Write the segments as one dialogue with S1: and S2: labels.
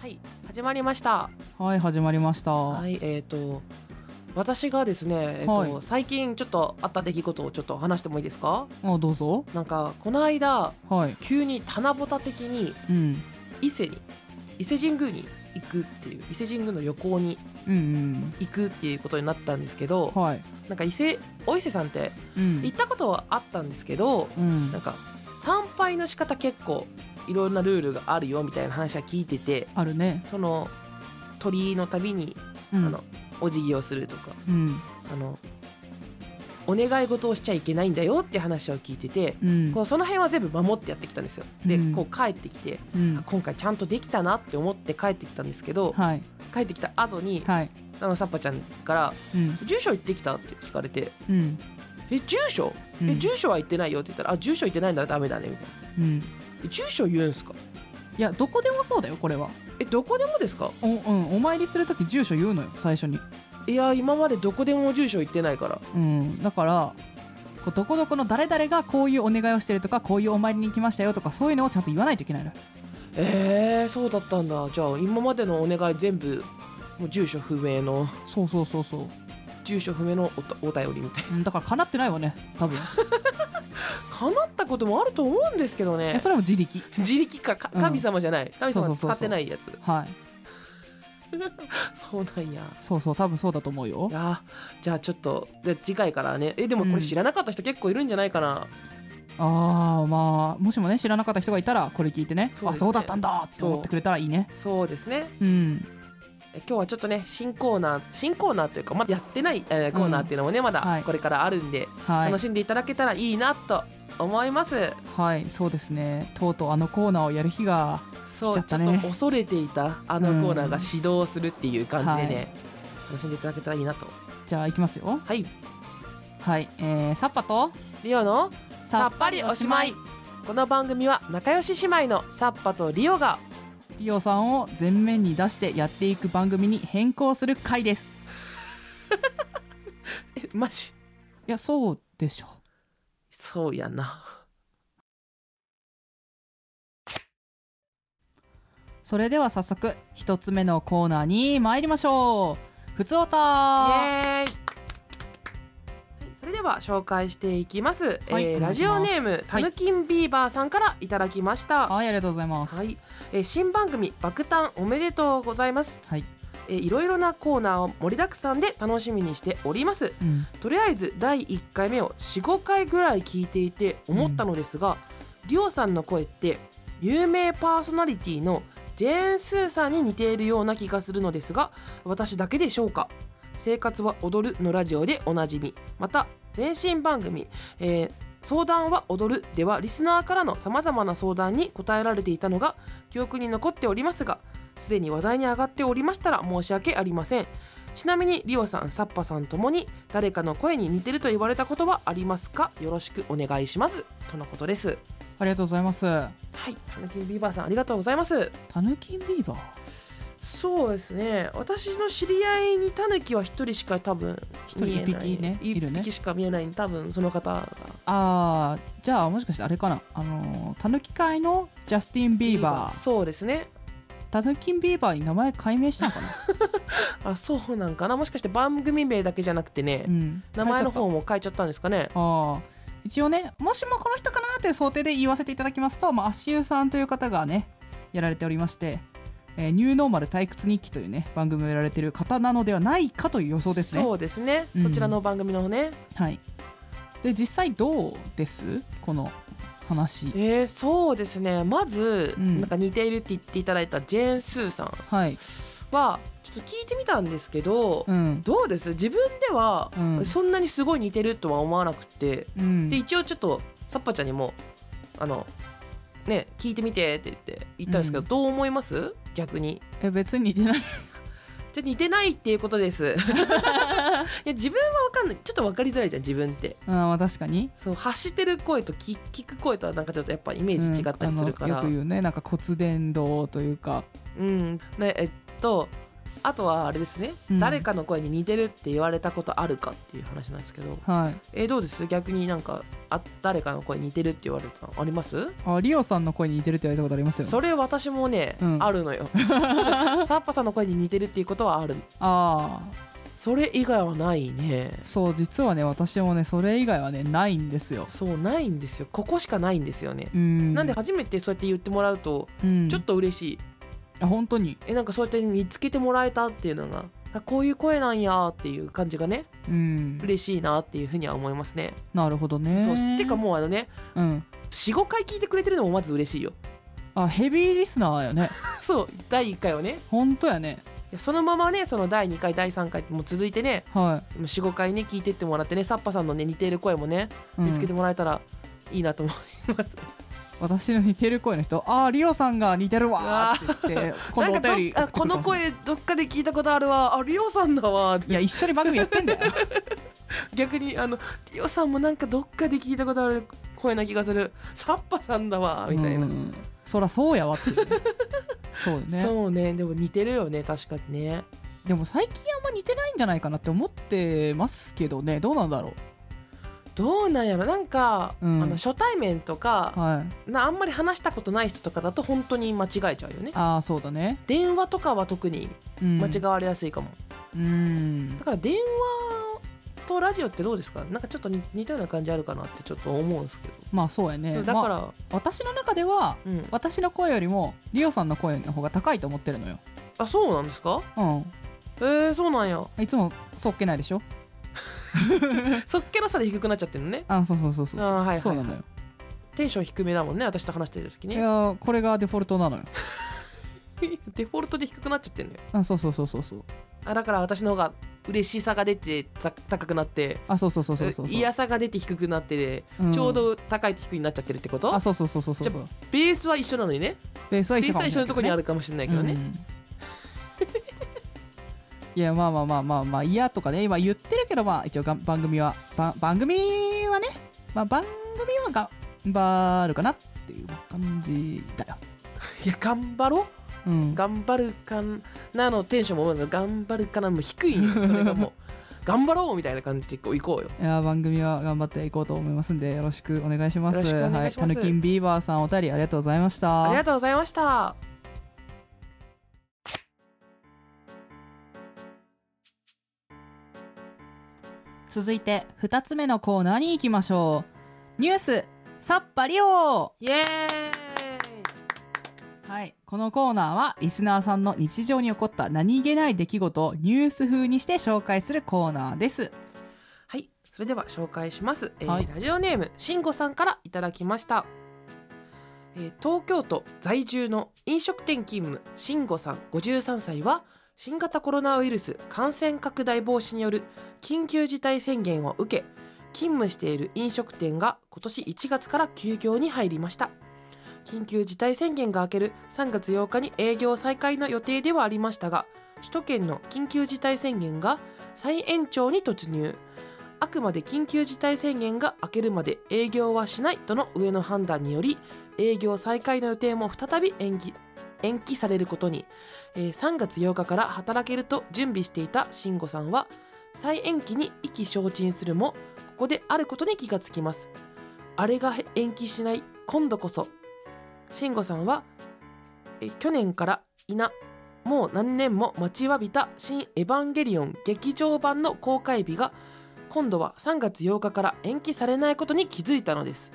S1: はい、始まりました。
S2: はい始まりました。
S1: は、
S2: はい
S1: えっ、と。私がですね、えーと
S2: はい
S1: 最近ちょっとあった出来事をちょっと話してもいいですか
S2: あどうぞ。
S1: なんかこの間
S2: はい。
S1: 急に七夕的に
S2: うん
S1: 伊勢に伊勢神宮に行くっていう伊勢神宮の旅行に
S2: うん
S1: 行くっていうことになったんですけ
S2: う
S1: ど
S2: ん。はい。
S1: なんか伊勢お伊勢さんって
S2: うん
S1: 行ったことはあったんですけど
S2: うん
S1: なんか参拝の仕方結構いろんなルールがあるよみたいな話は聞いてて
S2: あるね。
S1: その鳥居のたびに
S2: うん
S1: あのお辞儀をするとか
S2: うん
S1: あのお願い事をしちゃいけないんだよって話を聞いてて、
S2: うん
S1: こうその辺は全部守ってやってきたんですよ。で、
S2: うん
S1: こう帰ってきて、
S2: うん
S1: 今回ちゃんとできたなって思って帰ってきたんですけど、
S2: はい
S1: 帰ってきた後に、
S2: はい
S1: あのサッパちゃんから
S2: うん
S1: 「住所行ってきた?」って聞かれて
S2: うん
S1: 「え住所
S2: うん
S1: え住所は行ってないよ」って言ったら「あ住所行ってないならダメだね」みたいな
S2: うん
S1: 「え住所言うんすか
S2: いやどこでもそうだよこれは。
S1: えどこでもですか
S2: おうんお参りするとき住所言うのよ最初に。
S1: いや今までどこでも住所行ってないから
S2: うんだから。こうどこどこの誰々がこういうお願いをしてるとかこういうお参りに来ましたよとかそういうのをちゃんと言わないといけないのよ
S1: えー、そうだったんだじゃあ今までのお願い全部もう住所不明の
S2: そうそうそうそう
S1: 住所不明のおたお便りみたい
S2: うんだから叶ってないわね 多分
S1: な 叶ったこともあると思うんですけど
S2: え
S1: ね
S2: それも 自力
S1: 自力かか
S2: うん
S1: 神様じゃない、神
S2: そうそ
S1: 様
S2: うそう
S1: 使
S2: そう
S1: ってないやつ
S2: はい
S1: そうなんや
S2: そうそう多分そうだと思うよ
S1: いやーじゃあちょっとで次回からねえでもこ
S2: う
S1: れ
S2: ん
S1: 知らなかった人結構いるんじゃないかな、
S2: ああまあもしもね知らなかった人がいたらこれ聞いてね
S1: そう
S2: あ
S1: ですね
S2: そうだったんだって思ってくれたらいいね
S1: そうですね
S2: うん
S1: え今日はちょっとね新コーナー新コーナーというかまだやってない、えーコーナーっていうのもね、ま
S2: は
S1: だ
S2: い
S1: これからあるんで、
S2: はい
S1: 楽しんでいただけたらいいなと思います
S2: はいそうですねとうとうあのコーナーをやる日が
S1: そう
S2: 来ちゃっ
S1: ちょ
S2: た
S1: っ
S2: ね
S1: と恐れていたあのコーナーが始動するっていう感じでね、
S2: うんはい
S1: 楽しんでいただけたらいいなと
S2: じゃあいきますよ
S1: はい
S2: はいえー、サッパと
S1: リオのさっぱりおしまいこの番組は仲良し姉妹のサッパとリオが
S2: リオさんを前面に出してやっていく番組に変更する回です
S1: え マジ
S2: いやそうでしょ
S1: そうやな
S2: それでは早速一つ目のコーナーに参りましょうふつお
S1: イエ
S2: た
S1: ーイそれでは紹介していきます、えー
S2: お願
S1: ラ
S2: いし
S1: ジ
S2: ます
S1: オネームたぬきんビーバーさんからいただきました
S2: はいありがとうございます
S1: はい、えー新番組爆誕おめでとうございます
S2: はい、
S1: えーいろいろなコーナーを盛りだくさんで楽しみにしております
S2: うん
S1: とりあえず第1回目を45回ぐらい聞いていて思ったのですが、リオさんの声って有名パーソナリティのジェーン・スーさんに似ているような気がするのですが私だけでしょうか生活は踊るのラジオでおなじみまた前身番組、えー相談は踊るではリスナーからのさまざまな相談に答えられていたのが記憶に残っておりますがすでに話題に上がっておりましたら申し訳ありませんちなみにリオさんサッパさんともに誰かの声に似てると言われたことはありますかよろしくお願いしますとのことです
S2: ありがとうございます
S1: はいタヌキンビーバーさんありがとうございます
S2: たぬきんビーバー
S1: そうですね私の知り合いにタヌキは一人しか多分
S2: 一人
S1: 見えない
S2: 一匹ねいるね
S1: 一匹しか見えない多分その方が
S2: ああじゃあもしかしてあれかなあのーたぬき界のジャスティン・ビーバー
S1: そうですね
S2: たぬきんビーバーに名前改名したのかな、
S1: あそうなんかなもしかして番組名だけじゃなくてね、
S2: うん、
S1: 名前の
S2: 変えちゃっ
S1: 方も変えちゃったんですかね
S2: たあー一応ねもしもこの人かなという想定で言わせていただきますと、まあ、足湯さんという方がねやられておりまして、えーニューノーマル退屈日記というね番組をやられてる方なのではないかという予想ですね
S1: そうですね、
S2: うん
S1: そちらの番組のね
S2: はいで実際どうですこの話
S1: えー、そうですねまず、
S2: うん
S1: なんか似ているって言っていただいたジェーン・スーさん
S2: はい
S1: はちょっと聞いてみたんですけど、
S2: うん
S1: どうです自分では、
S2: うん
S1: そんなにすごい似てるとは思わなくて
S2: うん
S1: で一応ちょっとサッパちゃんにもあのね聞いてみてって言って言ったんですけど、
S2: うん
S1: どう思います逆に
S2: え別に似てない
S1: じゃあ似てないっていうことですいや自分は分かんないちょっと分かりづらいじゃん自分って
S2: あーまあ確かに
S1: そう発してる声と聞聞く声とはなんかちょっとやっぱイメージ違ったりするから、
S2: うんあのよく言うねなんか骨伝導というか
S1: うん、ねえっとあとはあれですね、
S2: うん
S1: 誰かの声に似てるって言われたことあるかっていう話なんですけど、
S2: はい
S1: えーどうです逆になんかあ誰かの声に似てるって言われたのあります
S2: あリオさんの声に似てるって言われたことありますよ
S1: それ私もね、
S2: うん
S1: あるの よサッパさんの声に似てるっていうことはある
S2: ああ
S1: それ以外はないね
S2: そう実はね私もねそれ以外はねないんですよ
S1: そうないんですよここしかないんですよね、
S2: うん
S1: なんで初めてそうやって言ってもらうと
S2: うん
S1: ちょっと嬉しい、
S2: あ本当に
S1: えなんかそうやって見つけてもらえたっていうのがあこういう声なんやっていう感じがね
S2: うん
S1: 嬉しいなっていうふうには思いますね、
S2: なるほどね
S1: そうてかもうあのね
S2: う、ん、
S1: 45回聞いてくれてるのもまず嬉しいよ
S2: あヘビーリスナーよね
S1: そう第1回をね
S2: 本当やね
S1: いやそのままねその第2回第3回も続いてね
S2: は
S1: 45回ね聞いてってもらってねサッパさんのね似てる声もね
S2: い、うん
S1: 見つけてもらえたらいいなと思い ます、
S2: 私の似てる声の人あーリオさんが似てるわーって言って 今
S1: なんか
S2: 度お
S1: どっ
S2: 便り送ってくるかもしれな
S1: あ
S2: い
S1: この声どっかで聞いたことあるわあリオさんだわって
S2: いや一緒に番組やってんだよ
S1: 逆にあのリオさんもなんかどっかで聞いたことある声な気がするサッパさんだわ みたいな、
S2: うんそらそうやわっていう ねそうよね
S1: そうねでも似てるよね確かにね
S2: でも最近あんま似てないんじゃないかなって思ってますけどねどうなんだろ
S1: どうなんやろなんか、
S2: うん
S1: あの初対面とか、
S2: うはい
S1: なあんまり話したことない人とかだと本当に間違えちゃうよね
S2: ああそうだね、
S1: 電話とかは特に
S2: うん、
S1: 間違われやすいかも、
S2: うん
S1: だから電話とラジオってどうですかなんかちょっと似似たような感じあるかなってちょっと思うんですけど、
S2: まあそうやね
S1: だから、
S2: まあ私の中では
S1: うん、
S2: 私の声よりもリオさんの声の方が高いと思ってるのよ
S1: あそうなんですか
S2: う
S1: えー、そうなんや
S2: んいつもそっけないでしょ
S1: そっけなさで低くなっちゃってるのね
S2: あそうそうそうそうそう、
S1: あーはいはいはい
S2: そうなのよ
S1: テンション低めだもんね私と話してる時
S2: い
S1: ね
S2: やーこれがデフォルトなのよ
S1: デフォルトで低くなっちゃってるのよ
S2: あそうそうそうそうそう
S1: あだから私の方が嬉しさが出てさ高くなって
S2: あそうそうそうそうそうそう
S1: 嫌さが出て低くなってで、
S2: ん
S1: ちょうど高いと低いになっちゃってるってこと
S2: あそうそうそうそうそうそう
S1: ベースは一緒なのにね
S2: ベースは
S1: ベ
S2: 一
S1: ースは
S2: 緒かもし
S1: 一
S2: れ
S1: 緒
S2: な
S1: の
S2: い
S1: とこにあるかもしれないけどね、
S2: うん いやまあまあまあまあまあ嫌とかね今言ってるけどまあ一応がん番組はば番組はね、まあ、番組はが頑張るかなっていう感じだよ、
S1: いや頑張ろう
S2: うん、
S1: 頑張るかなのテンションももう頑張るかなもう低いよそれがもう頑張ろうみたいな感じでこう行こうよ
S2: いや番組は頑張っていこうと思いますんでよろしくお願いします
S1: よろしくお願いします
S2: はい、たぬきんビーバーさんお便りありがとうございました
S1: ありがとうございました
S2: 続いて2つ目のコーナーに行きましょうニュースさっぱりオ
S1: イエーイ
S2: はい、このコーナーはリスナーさんの日常に起こった何気ない出来事をニュース風にして紹介するコーナーです。
S1: はいそれでは紹介します、えー
S2: はい
S1: ラジオネームしんごさんからいただきました、えー東京都在住の飲食店勤務しんごさん53歳は新型コロナウイルス感染拡大防止による緊急事態宣言を受け勤務している飲食店が今年1月から休業に入りました緊急事態宣言が明ける3月8日に営業再開の予定ではありましたが首都圏の緊急事態宣言が再延長に突入あくまで緊急事態宣言が明けるまで営業はしないとの上の判断により営業再開の予定も再び延期延期されることに、えー3月8日から働けると準備していた慎吾さんは再延期に意気消沈するもここであることに気がつきますあれが延期しない今度こそ慎吾さんはえ去年からいなもう何年も待ちわびた「新エヴァンゲリオン」劇場版の公開日が今度は3月8日から延期されないことに気づいたのです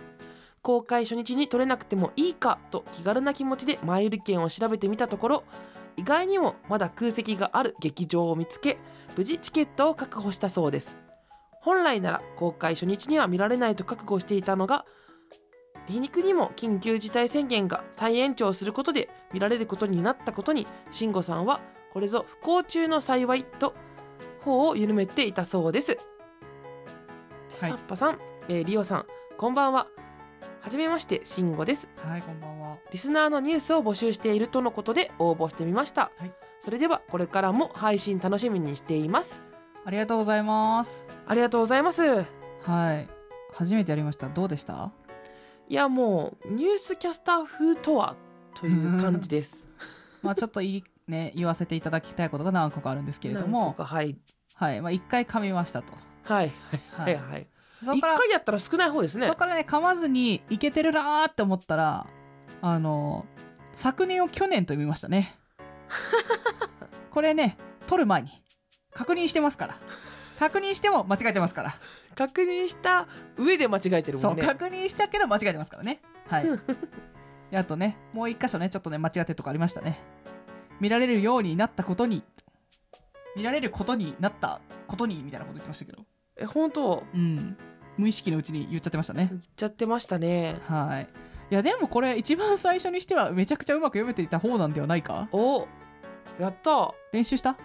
S1: 公開初日に取れなくてもいいかと気軽な気持ちで前売り券を調べてみたところ意外にもまだ空席がある劇場を見つけ無事チケットを確保したそうです本来なら公開初日には見られないと覚悟していたのが皮肉にも緊急事態宣言が再延長することで見られることになったことに慎吾さんはこれぞ不幸中の幸いと頬を緩めていたそうです、
S2: はい
S1: サッパさん、えーリオさんこんばんははじめまして慎吾です
S2: はい、こんばんは。
S1: リスナーのニュースを募集しているとのことで応募してみました、
S2: はい
S1: それではこれからも配信楽しみにしています
S2: ありがとうございます。
S1: ありがとうございます
S2: はい、初めてやりました。どうでした？
S1: いやもうニュースキャスター風とはという感じです
S2: まあちょっと言いね言わせていただきたいことが何個かあるんですけれど
S1: なん
S2: も
S1: と、かはい
S2: はいまあ、1回噛みましたと
S1: はいは
S2: はいい
S1: はい
S2: そ
S1: 一
S2: こから
S1: 回やったら少ない方ですね
S2: そこからね噛まずにいけてるなーって思ったらあの昨年を去年と見まし たねこれね撮る前に確認してますから確認しても間違えてますから
S1: 確認した上で間違えてる
S2: そ
S1: も
S2: うん
S1: ね
S2: 確認したけど間違えてますからねはいであとねもう一箇所ねちょっとね間違ってるとこありましたね見られるようになったことに見られることになったことにみたいなこと言ってましたけど
S1: え本当
S2: うん無意識のうちに言っちゃってましたね
S1: 言っちゃってましたね
S2: はい。いやでもこれ一番最初にしてはめちゃくちゃうまく読めていた方なんではないか
S1: おやった
S2: 練習した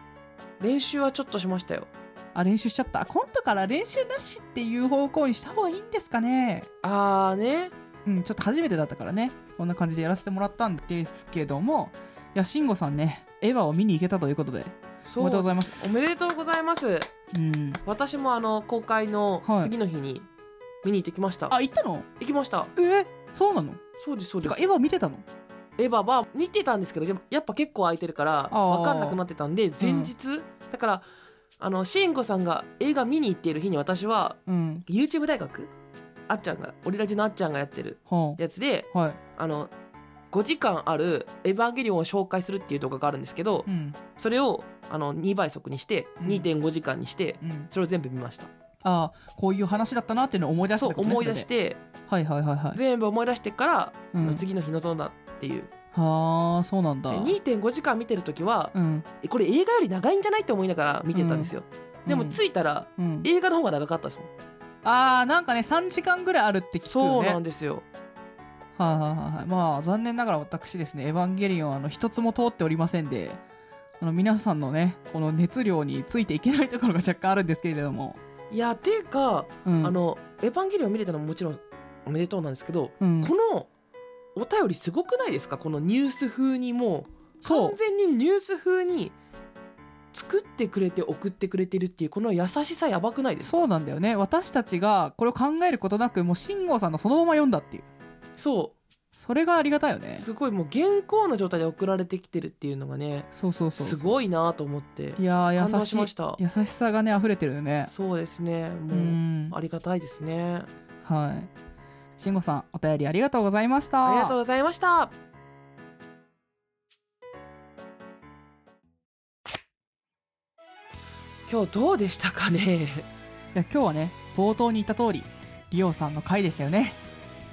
S1: 練習はちょっとしましたよ
S2: あ練習しちゃった今度から練習なしっていう方向にした方がいいんですかね
S1: あーね
S2: うんちょっと初めてだったからねこんな感じでやらせてもらったんですけどもいや慎吾さんねエヴァを見に行けたということで
S1: そ
S2: おめでとうございます
S1: おめでとうございます
S2: うん
S1: 私もあの公開の
S2: はい
S1: 次の日に見に行ってきました、
S2: あ行ったの
S1: 行きました
S2: えそうなの
S1: そうですそう
S2: て
S1: で
S2: か
S1: す
S2: エヴァ見てたの
S1: エヴァは見てたんですけどでもやっぱ結構空いてるから
S2: あー
S1: 分かんなくなってたんで前日、だからあの慎吾さんが映画見に行っている日に私は
S2: うん
S1: YouTube 大学あっちゃんがオリラジのあっちゃんがやってる
S2: は
S1: やつで
S2: あはい
S1: あの5時間ある「エヴァンゲリオン」を紹介するっていう動画があるんですけど、
S2: うん
S1: それをあの2倍速にして
S2: うん
S1: 2.5時間にして、
S2: うん
S1: それを全部見ました
S2: ああこういう話だったなっていうのを思い出した
S1: そう
S2: ってことね
S1: 思い出し
S2: それで
S1: て
S2: はいはいはいはい
S1: 全部思い出してから、
S2: うん
S1: 次の日臨んだっていう
S2: はあそうなん
S1: で
S2: だ
S1: 2.5時間見てる時は、
S2: うん
S1: えこれ映画より長いんじゃないって思いながら見てたんですよ、でも着いたら
S2: うんうん
S1: 映画の方が長かったですもん、
S2: あーなんかね3時間ぐらいあるって聞く
S1: そ
S2: よ
S1: う
S2: ね
S1: なんですよ
S2: はいはいはいはいまあ残念ながら私ですね「エヴァンゲリオン」あの一つも通っておりませんであの皆さんのねこの熱量についていけないところが若干あるんですけれども、
S1: いやていうか、
S2: うん、
S1: あ、の「エヴァンゲリオン」見れたのももちろんおめでとうなんですけど、
S2: うん、
S1: このお便りすごくないですかこのニュース風にもう
S2: そう
S1: 完全にニュース風に作ってくれて送ってくれてるっていうこの優しさやばくないですか
S2: そうなんだよね私たちがこれを考えることなくもう慎吾さんのそのまま読んだっていう
S1: そ
S2: それがありがたいよ
S1: う
S2: ね
S1: すごいもう現行の状態で送られてきてるっていうのがね
S2: そうそうそう
S1: すごいなと思って
S2: いや
S1: 感
S2: ー優
S1: 動
S2: し
S1: し
S2: い
S1: ました
S2: 優しさがね溢れてるよね
S1: そうですね
S2: う
S1: もう、
S2: ん
S1: ありがたいですね
S2: はい慎吾さんお便りありがとうございました
S1: ありがとうございました今日どうでしたか ね
S2: いや今日はね冒頭に言った通りリオさんの回でしたよね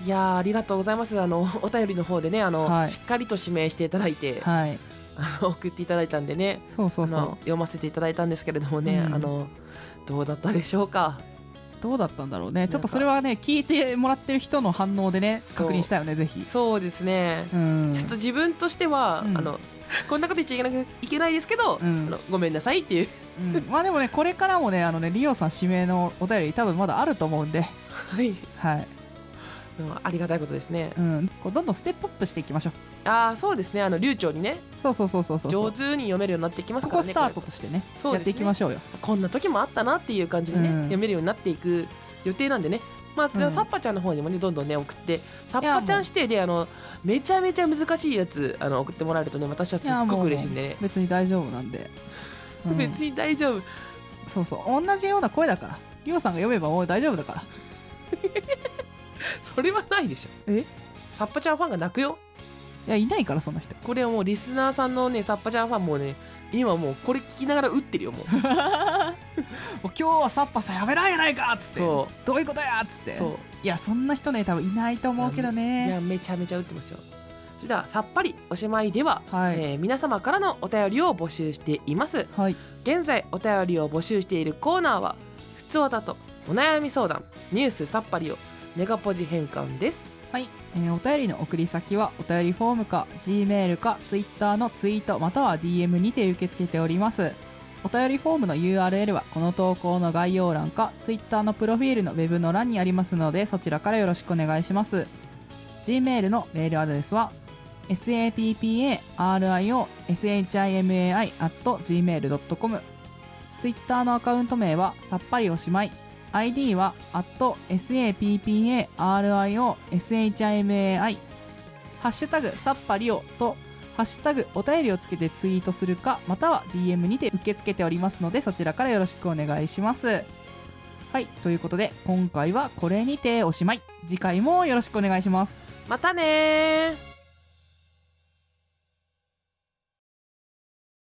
S1: いやーありがとうございますあのお便りの方でねあの、
S2: はい
S1: しっかりと指名していただいて、
S2: はい
S1: あの送っていただいたんでね
S2: そうそう
S1: あ
S2: そ
S1: の読ませていただいたんですけれどもね、
S2: うん
S1: あのどうだったでしょうか
S2: うどうだったんだろうね
S1: んか
S2: ちょっとそれはね聞いてもらってる人の反応でね
S1: そう
S2: 確認したよねぜひ
S1: そうですね、
S2: うん
S1: ちょっと自分としては、
S2: うん
S1: あのこんなこと言っちゃいけなくいけないですけど、
S2: うん
S1: あのごめんなさいっていう
S2: うんまあでもねこれからもねあのねリオさん指名のお便り多分まだあると思うんで
S1: はい
S2: はい、
S1: うんありがたいことですね
S2: うん、こうどんどんステップアップしていきましょう
S1: ああそうですねあの流暢にね
S2: そうそうそうそうそう
S1: 上手に読めるようになってきます
S2: こ
S1: から
S2: こ
S1: ね
S2: スター
S1: こ
S2: トとしてね
S1: そうですね
S2: やっていきましょうよ
S1: れこんな時もあったなっていう感じでね、
S2: うん
S1: 読めるようになっていく予定なんでねまあ、で
S2: う
S1: も
S2: ん
S1: サッパちゃんの方にもねどんどんね送ってサッパちゃん指定であのめちゃめちゃ難しいやつあの送ってもらえるとね私はすっごく嬉しいんでね、
S2: 別に大丈夫なんで、うん
S1: 別に大丈夫
S2: そうそう同じような声だからリオさんが読めばもう大丈夫だから
S1: それはないでしょ
S2: え
S1: サッパちゃんファンが泣くよ
S2: いやいないからそんな人
S1: これはもうリスナーさんのねサッパちゃんファンもね今もうこれ聞きながら打ってるよもう
S2: もう今日はサッパさんやめないやないかっつって
S1: そ
S2: どういうことやっつって
S1: そう
S2: いやそんな人ね多分いないと思うけど
S1: い
S2: ね
S1: やめちゃめちゃ打ってますよそれではさっぱりおしまいでは、
S2: はい、
S1: えー皆様からのお便りを募集しています
S2: はい
S1: 現在お便りを募集しているコーナーは「ふつおた」と「お悩み相談」「ニュースさっぱりを」「ネガポジ変換」です
S2: はいえーお便りの送り先はお便りフォームか G メールか Twitter のツイートまたは DM にて受け付けておりますお便りフォームの URL はこの投稿の概要欄か Twitter のプロフィールのウェブの欄にありますのでそちらからよろしくお願いします G メールのメールアドレスは sapparioshimai.gmail.com ツイッターのアカウント名はさっぱりおしまい ID は sapparioshimai ハッシュタグさっぱりおとハッシュタグお便りをつけてツイートするかまたは DM にて受け付けておりますのでそちらからよろしくお願いしますはいということで今回はこれにておしまい次回もよろしくお願いします
S1: またねー